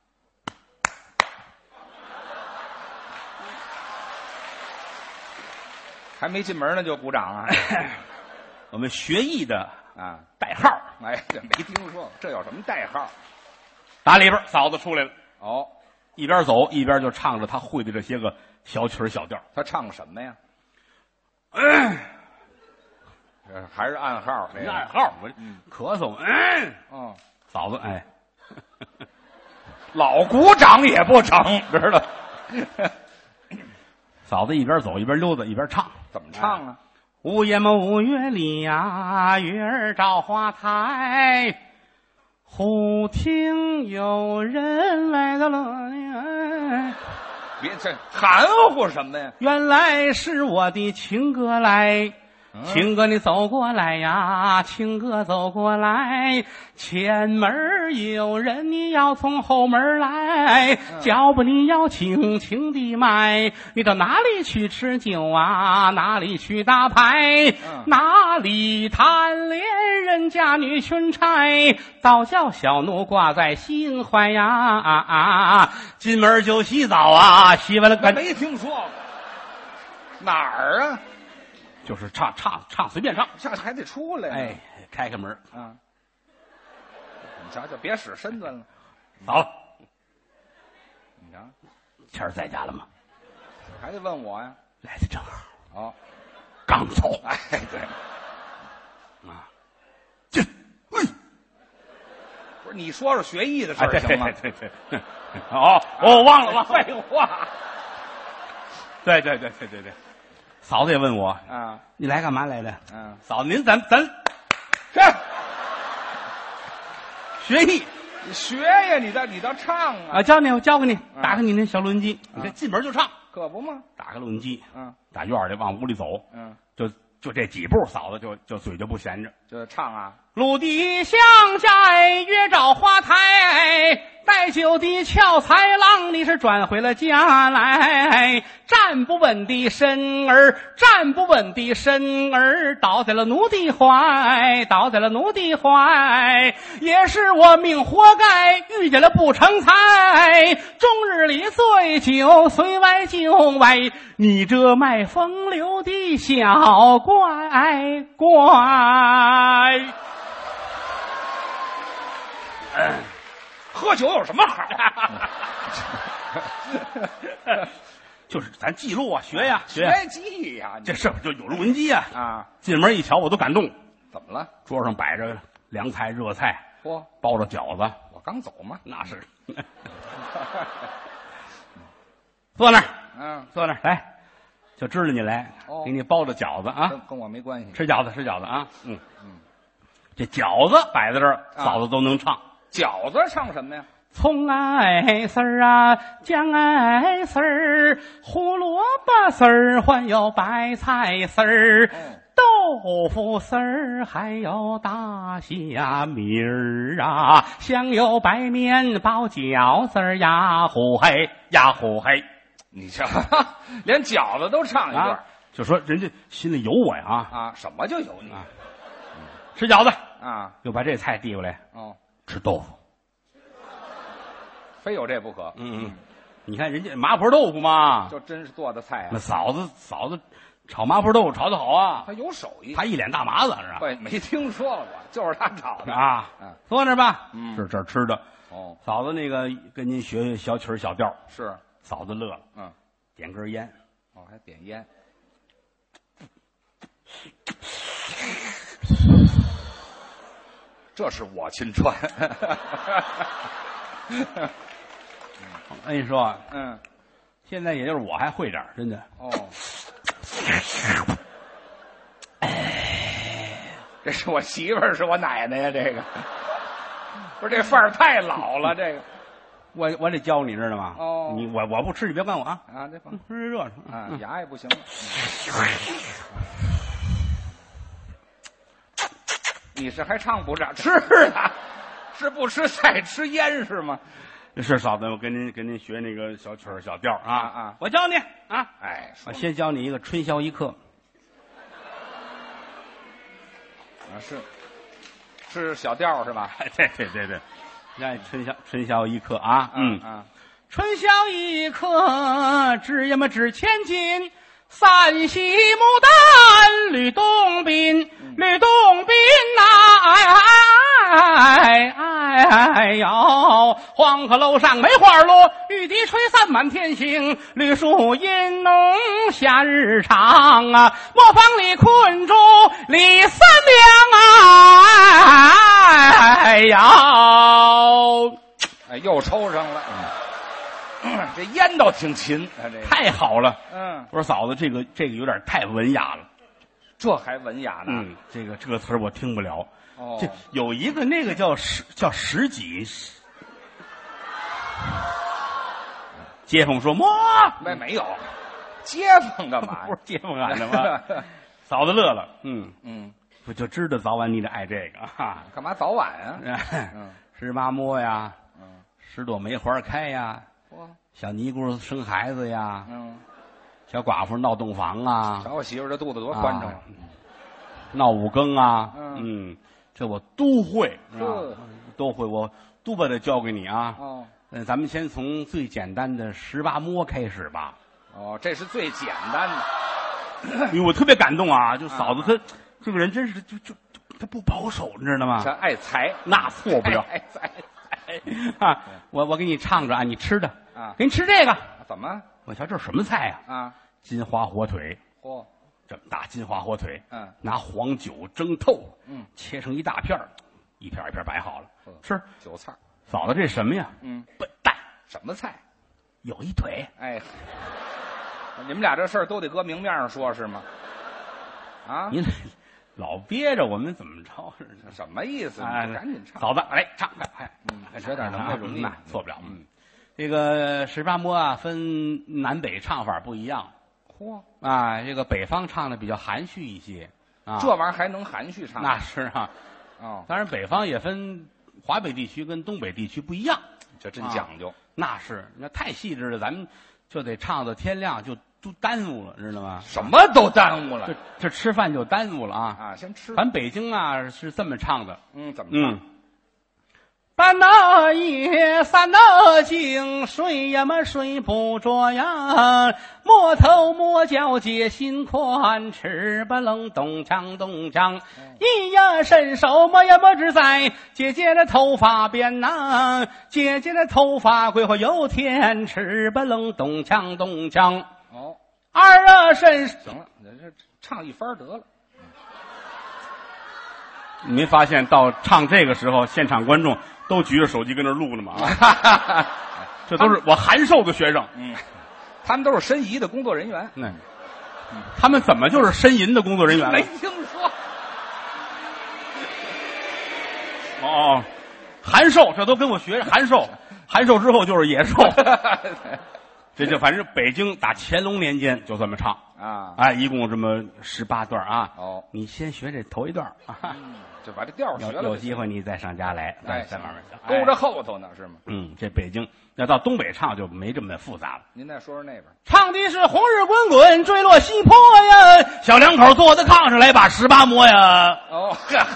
S2: 还没进门呢就鼓掌啊， <coughs>
S1: 我们学艺的
S2: 啊，
S1: 代号
S2: 哎，这没听说，这有什么代号？
S1: 打里边，嫂子出来了，
S2: 哦，
S1: 一边走一边就唱着他会的这些个小曲儿小调儿。
S2: 他唱什么呀？ <clears throat> 这还是暗号，这
S1: 暗
S2: 个，
S1: 号，我咳嗽，嗯，
S2: 嗯，
S1: 嫂子，哎，
S2: 老鼓掌也不成，知道？
S1: <laughs> 嫂子一边走一边溜达一边唱。
S2: 怎么唱啊？
S1: 五月么五月里呀、月儿照花台，忽听有人来到了。哎
S2: 别这含糊什么呀？
S1: 原来是我的情歌来，情哥，你走过来呀，情哥走过来，前门儿有人，你要从后门儿来，脚步你要轻轻地迈，你到哪里去吃酒啊？哪里去打牌？哪里贪恋人家女裙钗？倒叫小奴挂在心怀呀！啊啊！进门儿就洗澡啊，洗完了赶
S2: 没听说过，哪儿啊？
S1: 就是唱唱唱，随便唱。
S2: 这还得出来呢。
S1: 哎，开开门儿，
S2: 啊，你瞧瞧，别使身段了。
S1: 早了。
S2: 你瞧，
S1: 谦儿在家了吗？
S2: 还得问我呀？
S1: 来的正好，
S2: 哦，
S1: 刚走。
S2: 哎，对，
S1: 进，喂，
S2: 不是你说说学艺的事
S1: 哎，
S2: 儿
S1: 对
S2: 行哎
S1: 对
S2: 吗？
S1: 对对对，哦，我忘了，忘了。
S2: 废话
S1: 对对对对对对，嫂子也问我，
S2: 啊，
S1: 你来干嘛来的？
S2: 嗯，
S1: 嫂子，您咱咱
S2: 这
S1: 学艺
S2: 你学呀，你倒你倒唱啊，
S1: 啊，教你，我教给你，
S2: 嗯
S1: 打开你那小录音机，你这进门就唱，
S2: 可不吗？
S1: 打开录音机，
S2: 嗯
S1: 打院儿里往屋里走，
S2: 嗯，
S1: 就就这几步，嫂子就就嘴就不闲着。
S2: 就唱啊，
S1: 鲁地相寨，约找花台。带酒的俏才郎，你是转回了家来，站不稳的身儿，站不稳的身儿，倒在了奴的怀，倒在了奴的怀，也是我命活该，遇见了不成才，终日里醉酒，随歪就歪，你这卖风流的小乖乖。
S2: 喝酒有什么好？
S1: <laughs> 就是咱记录啊，学呀、学呀、
S2: <laughs> 学技呀，你
S1: 这是不是就有录音机啊？
S2: 啊，
S1: 进门一瞧，我都感动。
S2: 怎么了？
S1: 桌上摆着凉菜、热菜，
S2: 嚯，
S1: 包着饺子，
S2: 我刚走嘛，
S1: 那是。 <laughs> 坐那儿，
S2: 嗯，
S1: 坐那儿，来，就知道你来，
S2: 哦
S1: 给你包着饺子啊，
S2: 跟跟我没关系。
S1: 吃饺子，吃饺子啊，嗯
S2: 嗯，
S1: 这饺子摆在这儿，
S2: 啊
S1: 嫂子都能唱。
S2: 饺子唱什么呀？
S1: 葱哎丝儿啊，姜哎丝儿，胡萝卜丝儿，还有白菜丝儿，
S2: 嗯
S1: 豆腐丝儿，还有大虾米儿啊，香油白面包饺子儿呀，虎嘿呀虎嘿
S2: 你瞧，连饺子都唱一段
S1: 啊
S2: 儿！
S1: 就说人家心里有我呀啊！
S2: 啊？什么就有你
S1: 啊吃饺子，
S2: 啊？
S1: 又把这菜递过来，
S2: 哦，
S1: 吃豆腐。
S2: 非有这不可。
S1: 嗯嗯，你看人家麻婆豆腐嘛，
S2: 就真是做的菜
S1: 那
S2: 啊，
S1: 嫂子嫂子炒麻婆豆腐炒的好啊。
S2: 他有手艺，
S1: 他一脸大麻子是吧？
S2: 对，没听说过，就是他炒的。
S1: 啊，
S2: 嗯
S1: 坐那儿吧，
S2: 嗯
S1: 这这儿吃的。
S2: 哦，
S1: 嫂子那个跟您学学小曲儿小调儿，
S2: 是，
S1: 嫂子乐了，
S2: 嗯，
S1: 点根烟，
S2: 哦，还点烟，这是我亲穿。
S1: 我跟你说啊，
S2: 嗯，
S1: 现在也就是我还会点儿真的。
S2: 哦，这是我媳妇儿，是我奶奶呀，这个。不是这范儿太老了，这个
S1: 我我得教你知道吗？
S2: 哦
S1: 你我我不吃，你别管我啊，
S2: 啊，这放
S1: 吃热热
S2: 啊，
S1: 嗯
S2: 牙也不行了。你是还唱不唱？吃啊，是不吃菜吃烟是吗？
S1: 嗯是嫂子，我跟您跟您学那个小曲儿小调儿啊
S2: 啊啊
S1: 我教你啊，
S2: 哎，
S1: 我
S2: 说
S1: 先教你一个《春宵一刻
S2: 啊是是小调是吧》。？
S1: <laughs> 哎，对对对对，那哎春宵春宵一刻啊，嗯。
S2: 啊，
S1: 春宵一刻，值呀么值千金。散西牡丹，吕洞宾，吕洞宾呐、哎哎哎哎呦！黄鹤楼上梅花落，玉笛吹散满天星。绿树阴浓夏日长啊，磨坊里困住李三娘啊！哎呦！
S2: 哎又抽上了。嗯这烟倒挺勤啊，这个
S1: 太好了！
S2: 嗯，
S1: 我说嫂子，这个这个有点太文雅了。
S2: 这还文雅呢。
S1: 嗯，这个这个词儿我听不了。
S2: 哦
S1: 这，有一个那个叫十叫十几，街坊说么？
S2: 没没有，街坊干嘛
S1: 不
S2: 呀 <laughs>
S1: 是？街坊喊的吗？嫂子乐了，嗯，
S2: 嗯，
S1: 我就知道早晚你得爱这个啊。
S2: 干嘛早晚啊？嗯
S1: <laughs> 十八摸呀，
S2: 嗯，
S1: 十朵梅花开呀，
S2: 嚯，
S1: 小尼姑生孩子呀，
S2: 嗯，
S1: 小寡妇闹洞房啊，
S2: 瞧我媳妇儿这肚子多宽敞
S1: 啊，闹五更啊，
S2: 嗯
S1: 嗯，这我都会，
S2: 呵
S1: 是吧都会，我都把它交给你啊。
S2: 哦
S1: 嗯，咱们先从最简单的十八摸开始吧，
S2: 哦，这是最简单的，
S1: 因为我特别感动啊，就
S2: 啊
S1: 嫂子她这个人真是就就就她不保守，你知道吗
S2: 这？爱财，
S1: 那错
S2: <laughs>
S1: 不了
S2: 爱财财
S1: 啊！我我给你唱着啊，你吃的
S2: 啊
S1: 给你吃这个。
S2: 怎么
S1: 我瞧这是什么菜呀、
S2: 啊？
S1: 金华火腿，
S2: 嚯，
S1: 这么大金华火腿，
S2: 嗯，
S1: 拿黄酒蒸透，
S2: 嗯，
S1: 切成一大片儿，一片儿一片儿摆好了
S2: 嗯，
S1: 吃。
S2: 韭菜，
S1: 嫂子，这什么呀？
S2: 嗯，
S1: 笨蛋，
S2: 什么菜？
S1: 有一腿。
S2: 哎，你们俩这事儿都得搁明面上说是吗？啊，
S1: 您老憋着我们怎么着似的？
S2: 什么意思？
S1: 哎
S2: 你赶紧唱，
S1: 嫂子，来唱，哎快快，
S2: 嗯学点能耐容易
S1: 那啊错不了。嗯，这个十八摸啊，分南北唱法不一样
S2: 嚯，
S1: 啊。这个北方唱的比较含蓄一些啊，
S2: 这玩意儿还能含蓄唱？
S1: 那是啊。
S2: 哦，
S1: 当然，北方也分华北地区跟东北地区不一样，
S2: 这真讲究。
S1: 那是那太细致了，咱们就得唱到天亮，就都耽误了，知道吗？
S2: 什么都耽误了
S1: 这这吃饭就耽误了啊。
S2: 啊！先吃，
S1: 咱北京啊是这么唱的，
S2: 嗯，怎么着？
S1: 嗯，半那夜三那更，睡呀么睡不着呀，摸头摸脚解心宽，吃吧冷咚锵咚锵，一呀伸手摸呀摸只在姐姐的头发边呐，姐姐的头发桂花油甜，吃吧冷咚锵咚锵，
S2: 哦，
S1: 二啊伸，
S2: 行了，你这唱一番得了。
S1: <laughs> 你没发现到唱这个时候，现场观众都举着手机跟那录呢吗？这都
S2: 啊
S1: 是我函授的学生。
S2: 嗯，他们都是申遗的工作
S1: <laughs>
S2: 人员，
S1: 那、他们怎么就是呻吟的工作人员了
S2: 没？听
S1: <laughs>
S2: 说。
S1: 哦，哦函授，这都跟我学函授，函授之后就是野
S2: <laughs>
S1: 兽。这这反正北京打乾隆年间就这么唱，
S2: 啊，
S1: 哎，一共这么十八段啊。
S2: 哦
S1: 你先学这头一
S2: <laughs>
S1: 段啊，
S2: 嗯就把这调儿学
S1: 有
S2: 了
S1: 有
S2: 就行。
S1: 机会你再上家来，
S2: 哎，
S1: 再再慢慢学。
S2: 勾着
S1: 哎
S2: 后头呢是吗？
S1: 嗯，这北京要到东北唱就没这么复杂了。
S2: 您再说说那
S1: <laughs>
S2: 边儿。
S1: 唱的是红日滚滚坠落西坡呀，小两口坐在炕上来把十八摸呀。
S2: 哦，呵呵，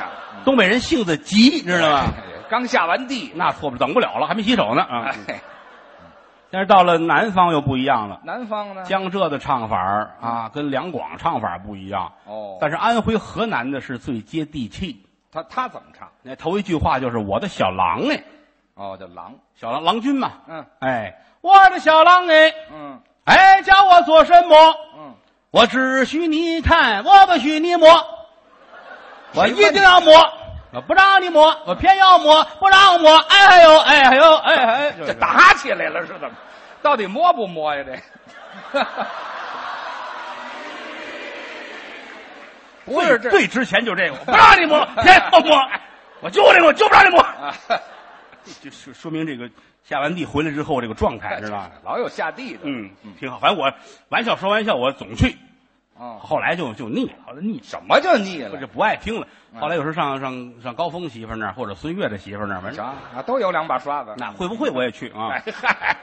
S1: 东北人性子急，知道吗？
S2: 哎 <laughs> 刚下完地，
S1: 那错不等不了了，还没洗手呢啊！
S2: 哎，
S1: 但是到了南方又不一样了，
S2: <laughs> 南方呢？
S1: 江浙的唱法儿啊，跟两广唱法儿不一样。
S2: 哦，
S1: 但是安徽、河南的是最接地气。
S2: 他他怎么唱？
S1: 那头一句话就是我的小郎哎，
S2: 哦，叫狼。
S1: 小郎郎君嘛，
S2: 嗯
S1: 哎，我的小郎哎，
S2: 嗯
S1: 哎，叫我做什么？
S2: 嗯，
S1: 我只许你看，我不许你摸，我一定要摸，我不让你摸，我偏要摸，不让摸，哎呦，哎呦，哎哎，就
S2: <laughs> 这
S1: 是
S2: 打起来了是怎么？到底摸不摸呀？这不是这哎
S1: 最值钱就这个，我不让你摸，偏要摸，我就这个，我就不让你摸。
S2: 啊，
S1: 就说说明这个下完地回来之后这个状
S2: 哎
S1: 态，哎知道吧？
S2: 老有下地的。
S1: 嗯，挺好。反正我玩笑说玩笑，我总去，
S2: 哦，
S1: 后来就就腻了，后来腻了。
S2: 什么叫腻
S1: 就
S2: 了？
S1: 不爱听了。
S2: 嗯
S1: 后来有时候上上上高峰媳妇那儿，或者孙越的媳妇那儿，反
S2: 啥
S1: 正
S2: 啊？都有两把刷子。
S1: 那会不会我也去啊
S2: 哎？嗨，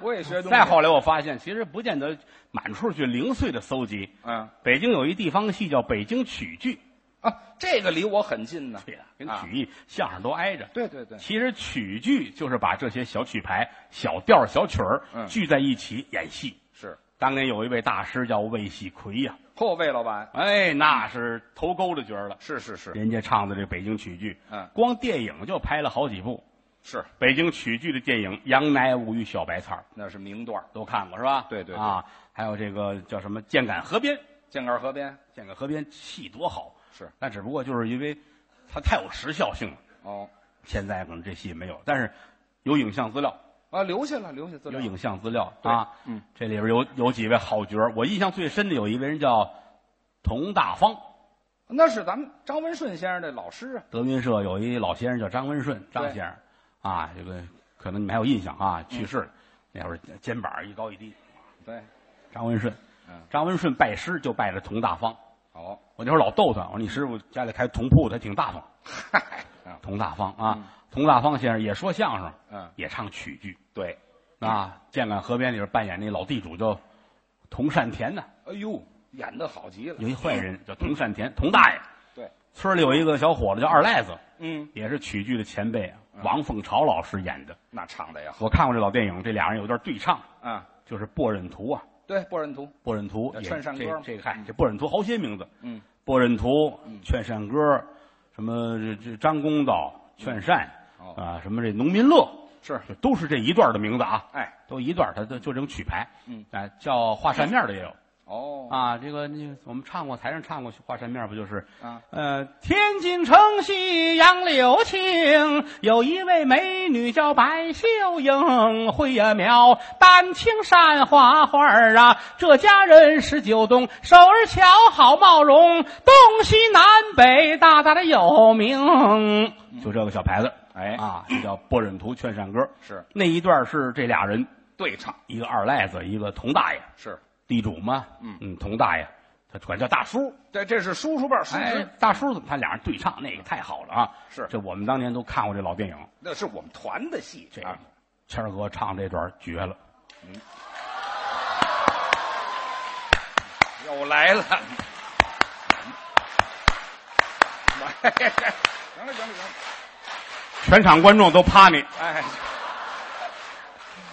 S2: 我也学东西。
S1: 再后来我发现，其实不见得满处去零碎的搜集。
S2: 嗯
S1: 北京有一地方戏叫北京曲剧，
S2: 啊，这个离我很近呢。
S1: 对呀，跟
S2: 啊
S1: 曲艺、相声都挨着。
S2: 对对对，
S1: 其实曲剧就是把这些小曲牌、小调儿、小曲儿
S2: 嗯
S1: 聚在一起演戏。
S2: 是
S1: 当年有一位大师叫魏喜奎呀、
S2: 后魏老板。
S1: 哎，那是头钩的角儿了。
S2: 是是是
S1: 人家唱的这北京曲剧，
S2: 嗯
S1: 光电影就拍了好几部
S2: 是，
S1: 北京曲剧的电影，《杨乃武与小白菜儿》
S2: 那是名段儿。
S1: 都看过是吧？
S2: 对对对
S1: 啊，还有这个叫什么《箭杆河边》，《
S2: 剑杆河边
S1: 箭杆河边》戏多好，
S2: 是
S1: 但只不过就是因为它太有时效性了，
S2: 哦
S1: 现在可能这戏没有，但是有影像资料，
S2: 啊，留下了留下资
S1: 有
S2: 料。
S1: 影像资料
S2: 对
S1: 啊，
S2: 嗯，
S1: 这里边有有几位好角儿，我印象最深的有一位人叫佟大方，
S2: 那是咱们张文顺先生的老师啊。
S1: 德云社有一老先生叫张文顺，张
S2: 对嗯
S1: 先生，啊，这个可能你们还有印象啊，去世了，那会儿肩膀一高一低，
S2: 对，
S1: 张文顺
S2: 嗯，
S1: 张文顺拜师就拜了佟大方，
S2: 好，
S1: 我那会儿老逗他，我说你师傅家里开铜铺的，他挺大方，
S2: 嗨，啊，
S1: 佟大方啊，佟大方先生也说相声，
S2: 嗯，
S1: 也唱曲剧
S2: 对，
S1: 啊。建港河边里边扮演那老地主叫佟善田呢，
S2: 哎呦，演的好极了。
S1: 有一坏人叫佟善田，佟大爷。
S2: 对，
S1: 村里有一个小伙子叫二赖子，
S2: 嗯，
S1: 也是曲剧的前辈啊，王凤朝老师演的。
S2: 那唱的也好
S1: 我看过这老电影，这俩人有段对唱，
S2: 啊。
S1: 就是《波忍图》啊，
S2: 对，《波忍图》
S1: 《波忍图
S2: 那》
S1: 也
S2: 劝善歌
S1: 这
S2: 嘛
S1: 这个嗨，这《波忍图》好些名字，
S2: 嗯，
S1: 波忍图、劝善歌，什么这这张公道、劝善
S2: 哦
S1: 啊，什么这农民乐，
S2: 是，
S1: 就都是这一段的名字啊，
S2: 哎，
S1: 都一段，它就就这种曲牌，
S2: 嗯，
S1: 哎，叫画扇面的也有
S2: 哦，
S1: 啊，这个你我们唱过，台上唱过画扇面，不就是
S2: 啊？
S1: 呃，天津城西杨柳青，有一位美女叫白秀英，会呀描丹青山花花儿啊。这家人十九洞，首尔桥好貌容，东西南北大大的有名。就这个小牌子，
S2: 哎
S1: 啊，这叫《波忍图劝善歌》。
S2: 是
S1: 那一段是这俩人，
S2: 对唱，
S1: 一个二赖子，一个佟大爷，
S2: 是
S1: 地主嘛，
S2: 嗯
S1: 嗯，佟大爷，他管叫大叔。
S2: 对，这是叔叔辈儿叔
S1: 哎
S2: 侄，，
S1: 大叔怎么他俩人对唱？那个太好了啊！
S2: 是
S1: 这我们当年都看过这老电影，
S2: 那是我们团的戏
S1: 这
S2: 啊。
S1: 谦儿哥唱这段绝了，
S2: 又来了。 <laughs> 哎行了行了行了，
S1: 全场观众都趴你
S2: 哎，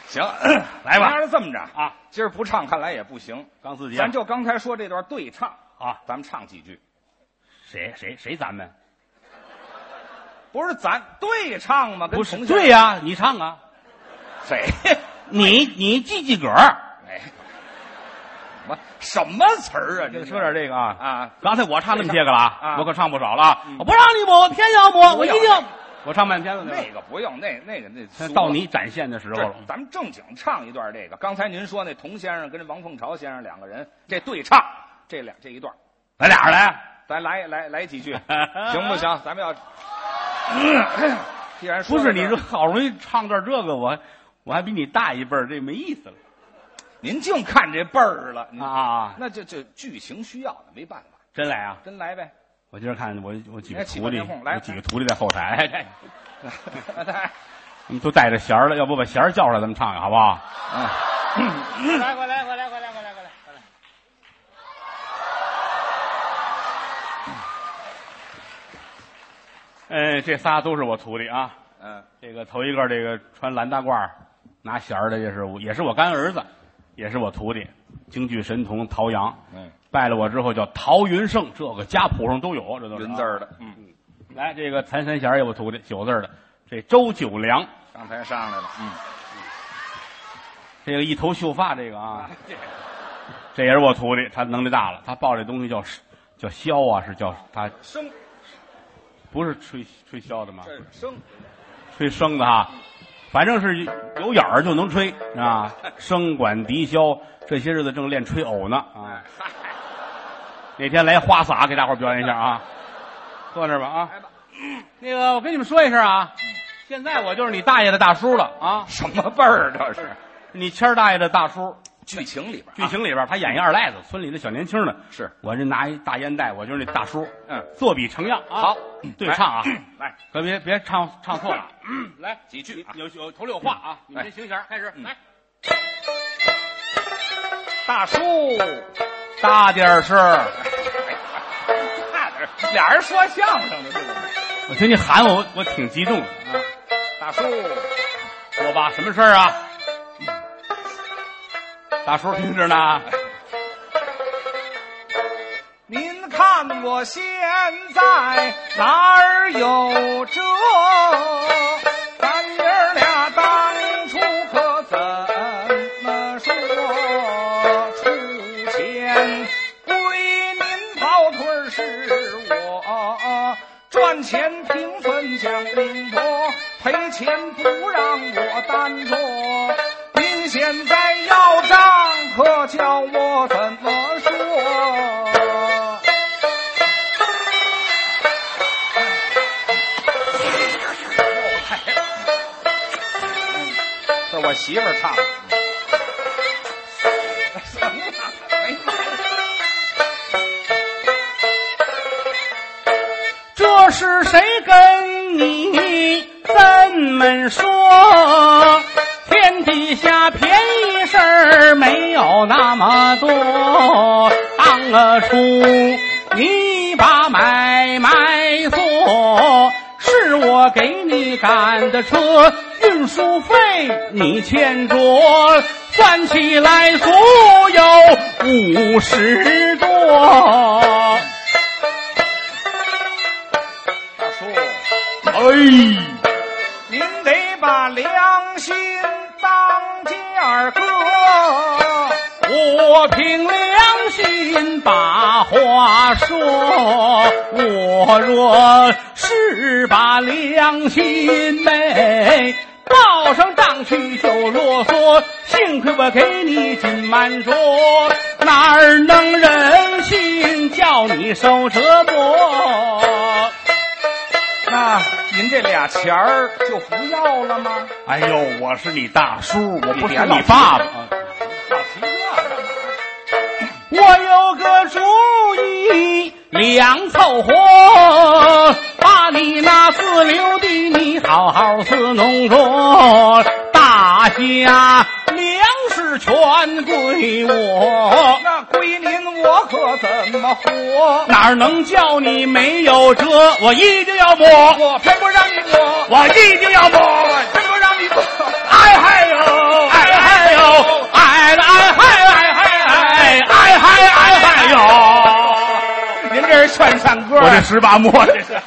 S2: 行，
S1: <coughs> 来吧
S2: 当然这么着，
S1: 啊！
S2: 今儿不唱看来也不行，
S1: 刚四杰，
S2: 咱就刚才说这段对唱，
S1: 啊，
S2: 咱们唱几句，
S1: 谁谁谁咱们
S2: 不是咱对唱吗？跟
S1: 不是
S2: 同学
S1: 对呀、你唱啊，
S2: 谁？
S1: 你你记记个儿，
S2: 哎，什么什么词儿啊？这
S1: 说点这个啊
S2: 啊！
S1: 刚才我唱那么些个了啊
S2: 啊
S1: 我可唱不少了啊！我不让你抹，我偏要抹，我一
S2: 不要
S1: 定，我唱半天了，
S2: 那
S1: 对吧？
S2: 个不用，那那个那俗了
S1: 到你展现的时候
S2: 这
S1: 了，
S2: 咱们正经唱一段这个。刚才您说那童先生跟王凤朝先生两个人这对唱，这两这一段，
S1: 咱俩人 <laughs> 来，啊
S2: 咱来来来几句，行不？行？咱们 <clears throat> 要，既然说
S1: 不
S2: 到这
S1: 是
S2: 儿
S1: 你这，好容易唱段这个，我我还比你大一辈儿，这没意思了。
S2: 您净看这辈儿了，您
S1: 啊，
S2: 那这这剧情需要的，没办法，
S1: 真来啊！
S2: 真 <laughs> 来呗。
S1: 我今儿看我我几个
S2: 哎起
S1: 徒弟，
S2: 个电话来
S1: 我几个徒弟在后台，哎哎，
S2: <laughs> 来，
S1: 他们都带着弦儿了，要不把弦儿叫出来，咱们唱唱好不好？
S2: 嗯来，过来，过来，过来，过来，过来，过来。
S1: 嗯，这仨都是我徒弟啊。
S2: 嗯，
S1: 这个头一个，这个穿蓝大褂儿拿弦儿的，这是我，也是我干儿子，也是我徒弟，京剧神童陶阳。
S2: 嗯，
S1: 拜了我之后叫陶云胜，这个家谱上都有，这都是啊
S2: 云字。儿的，嗯，
S1: 来，这个谭三弦儿也我徒弟，九字儿的，这周九良，
S2: 刚才上来了，
S1: <laughs>
S2: 嗯，
S1: 这个一头秀发，这个啊，
S2: 这
S1: 这也是我徒弟，他能力大了，他抱这东西叫叫箫啊，是叫他
S2: 生，
S1: 不是吹吹箫的吗？
S2: 这是生，
S1: 吹笙的哈，反正是有眼儿就能吹
S2: <laughs>
S1: 啊。笙管笛箫，这些日子正练吹偶呢啊。
S2: 哎嗨，
S1: 哪天来花洒给大伙儿表演一下啊，
S2: 哎
S1: 坐那儿吧啊。
S2: 来吧。
S1: 那个，我跟你们说一声啊，现在我就是你大爷的大叔了啊，
S2: <laughs> 什么辈儿这是？
S1: 你谦儿大爷的大叔。
S2: 剧情里边啊，
S1: 剧情里边儿他演一二赖子，村里的小年轻呢。
S2: 是
S1: 我这拿一大烟袋，我就是那大叔。
S2: 嗯，
S1: 作比成样啊。
S2: 好
S1: 对唱啊，
S2: 来
S1: 可别别唱唱错了。
S2: 来几句啊，
S1: 嗯有有头里有话啊，你们
S2: 哎
S1: 先行弦，开始
S2: 嗯
S1: 来。
S2: 大叔，
S1: 大点儿声儿，
S2: 大点儿俩人说相声的，这个
S1: 我听你喊我，我我挺激动的。
S2: 大叔，
S1: 说吧，什么事儿啊？大叔听着呢，
S2: 您看我现在哪儿有这？咱爷儿俩当初可怎么说？出钱归您跑腿儿是我。赚钱平分享公婆，赔钱不让我担着。您现在要账，可叫我怎么说？这我媳妇儿唱的。什么呀？哎呀
S1: 是谁跟你这么说？天底下便宜事儿没有那么多，当得初你把买卖做，是我给你赶的车，运输费你欠着，算起来足有五十多。
S2: 大叔，
S1: 哎。
S2: 您得把良心当家搁，
S1: 我凭良心把话说，我若是把良心昧报上账去就啰嗦，幸亏我给你紧瞒着，哪儿能忍心叫你受折磨？
S2: 那您这俩钱儿就不要了吗？
S1: 哎呦，我是你大叔，我
S2: 不是
S1: 你
S2: 你
S1: 爸爸
S2: 爸爸。老提这干嘛？
S1: 我有个主意，两凑合，把你那四流地你好好伺弄着，大家粮食全归我。
S2: 那归您，我可怎么活？
S1: 哪儿能叫你没有辙？我一定要摸，
S2: 我偏不让你过，
S1: 我一定要摸！
S2: 我偏不让你过。
S1: 哎嗨哟，哎嗨哟，哎了哎嗨哎嗨哎哎嗨哎嗨哟！
S2: 您这是劝善歌啊
S1: 十八摸这是。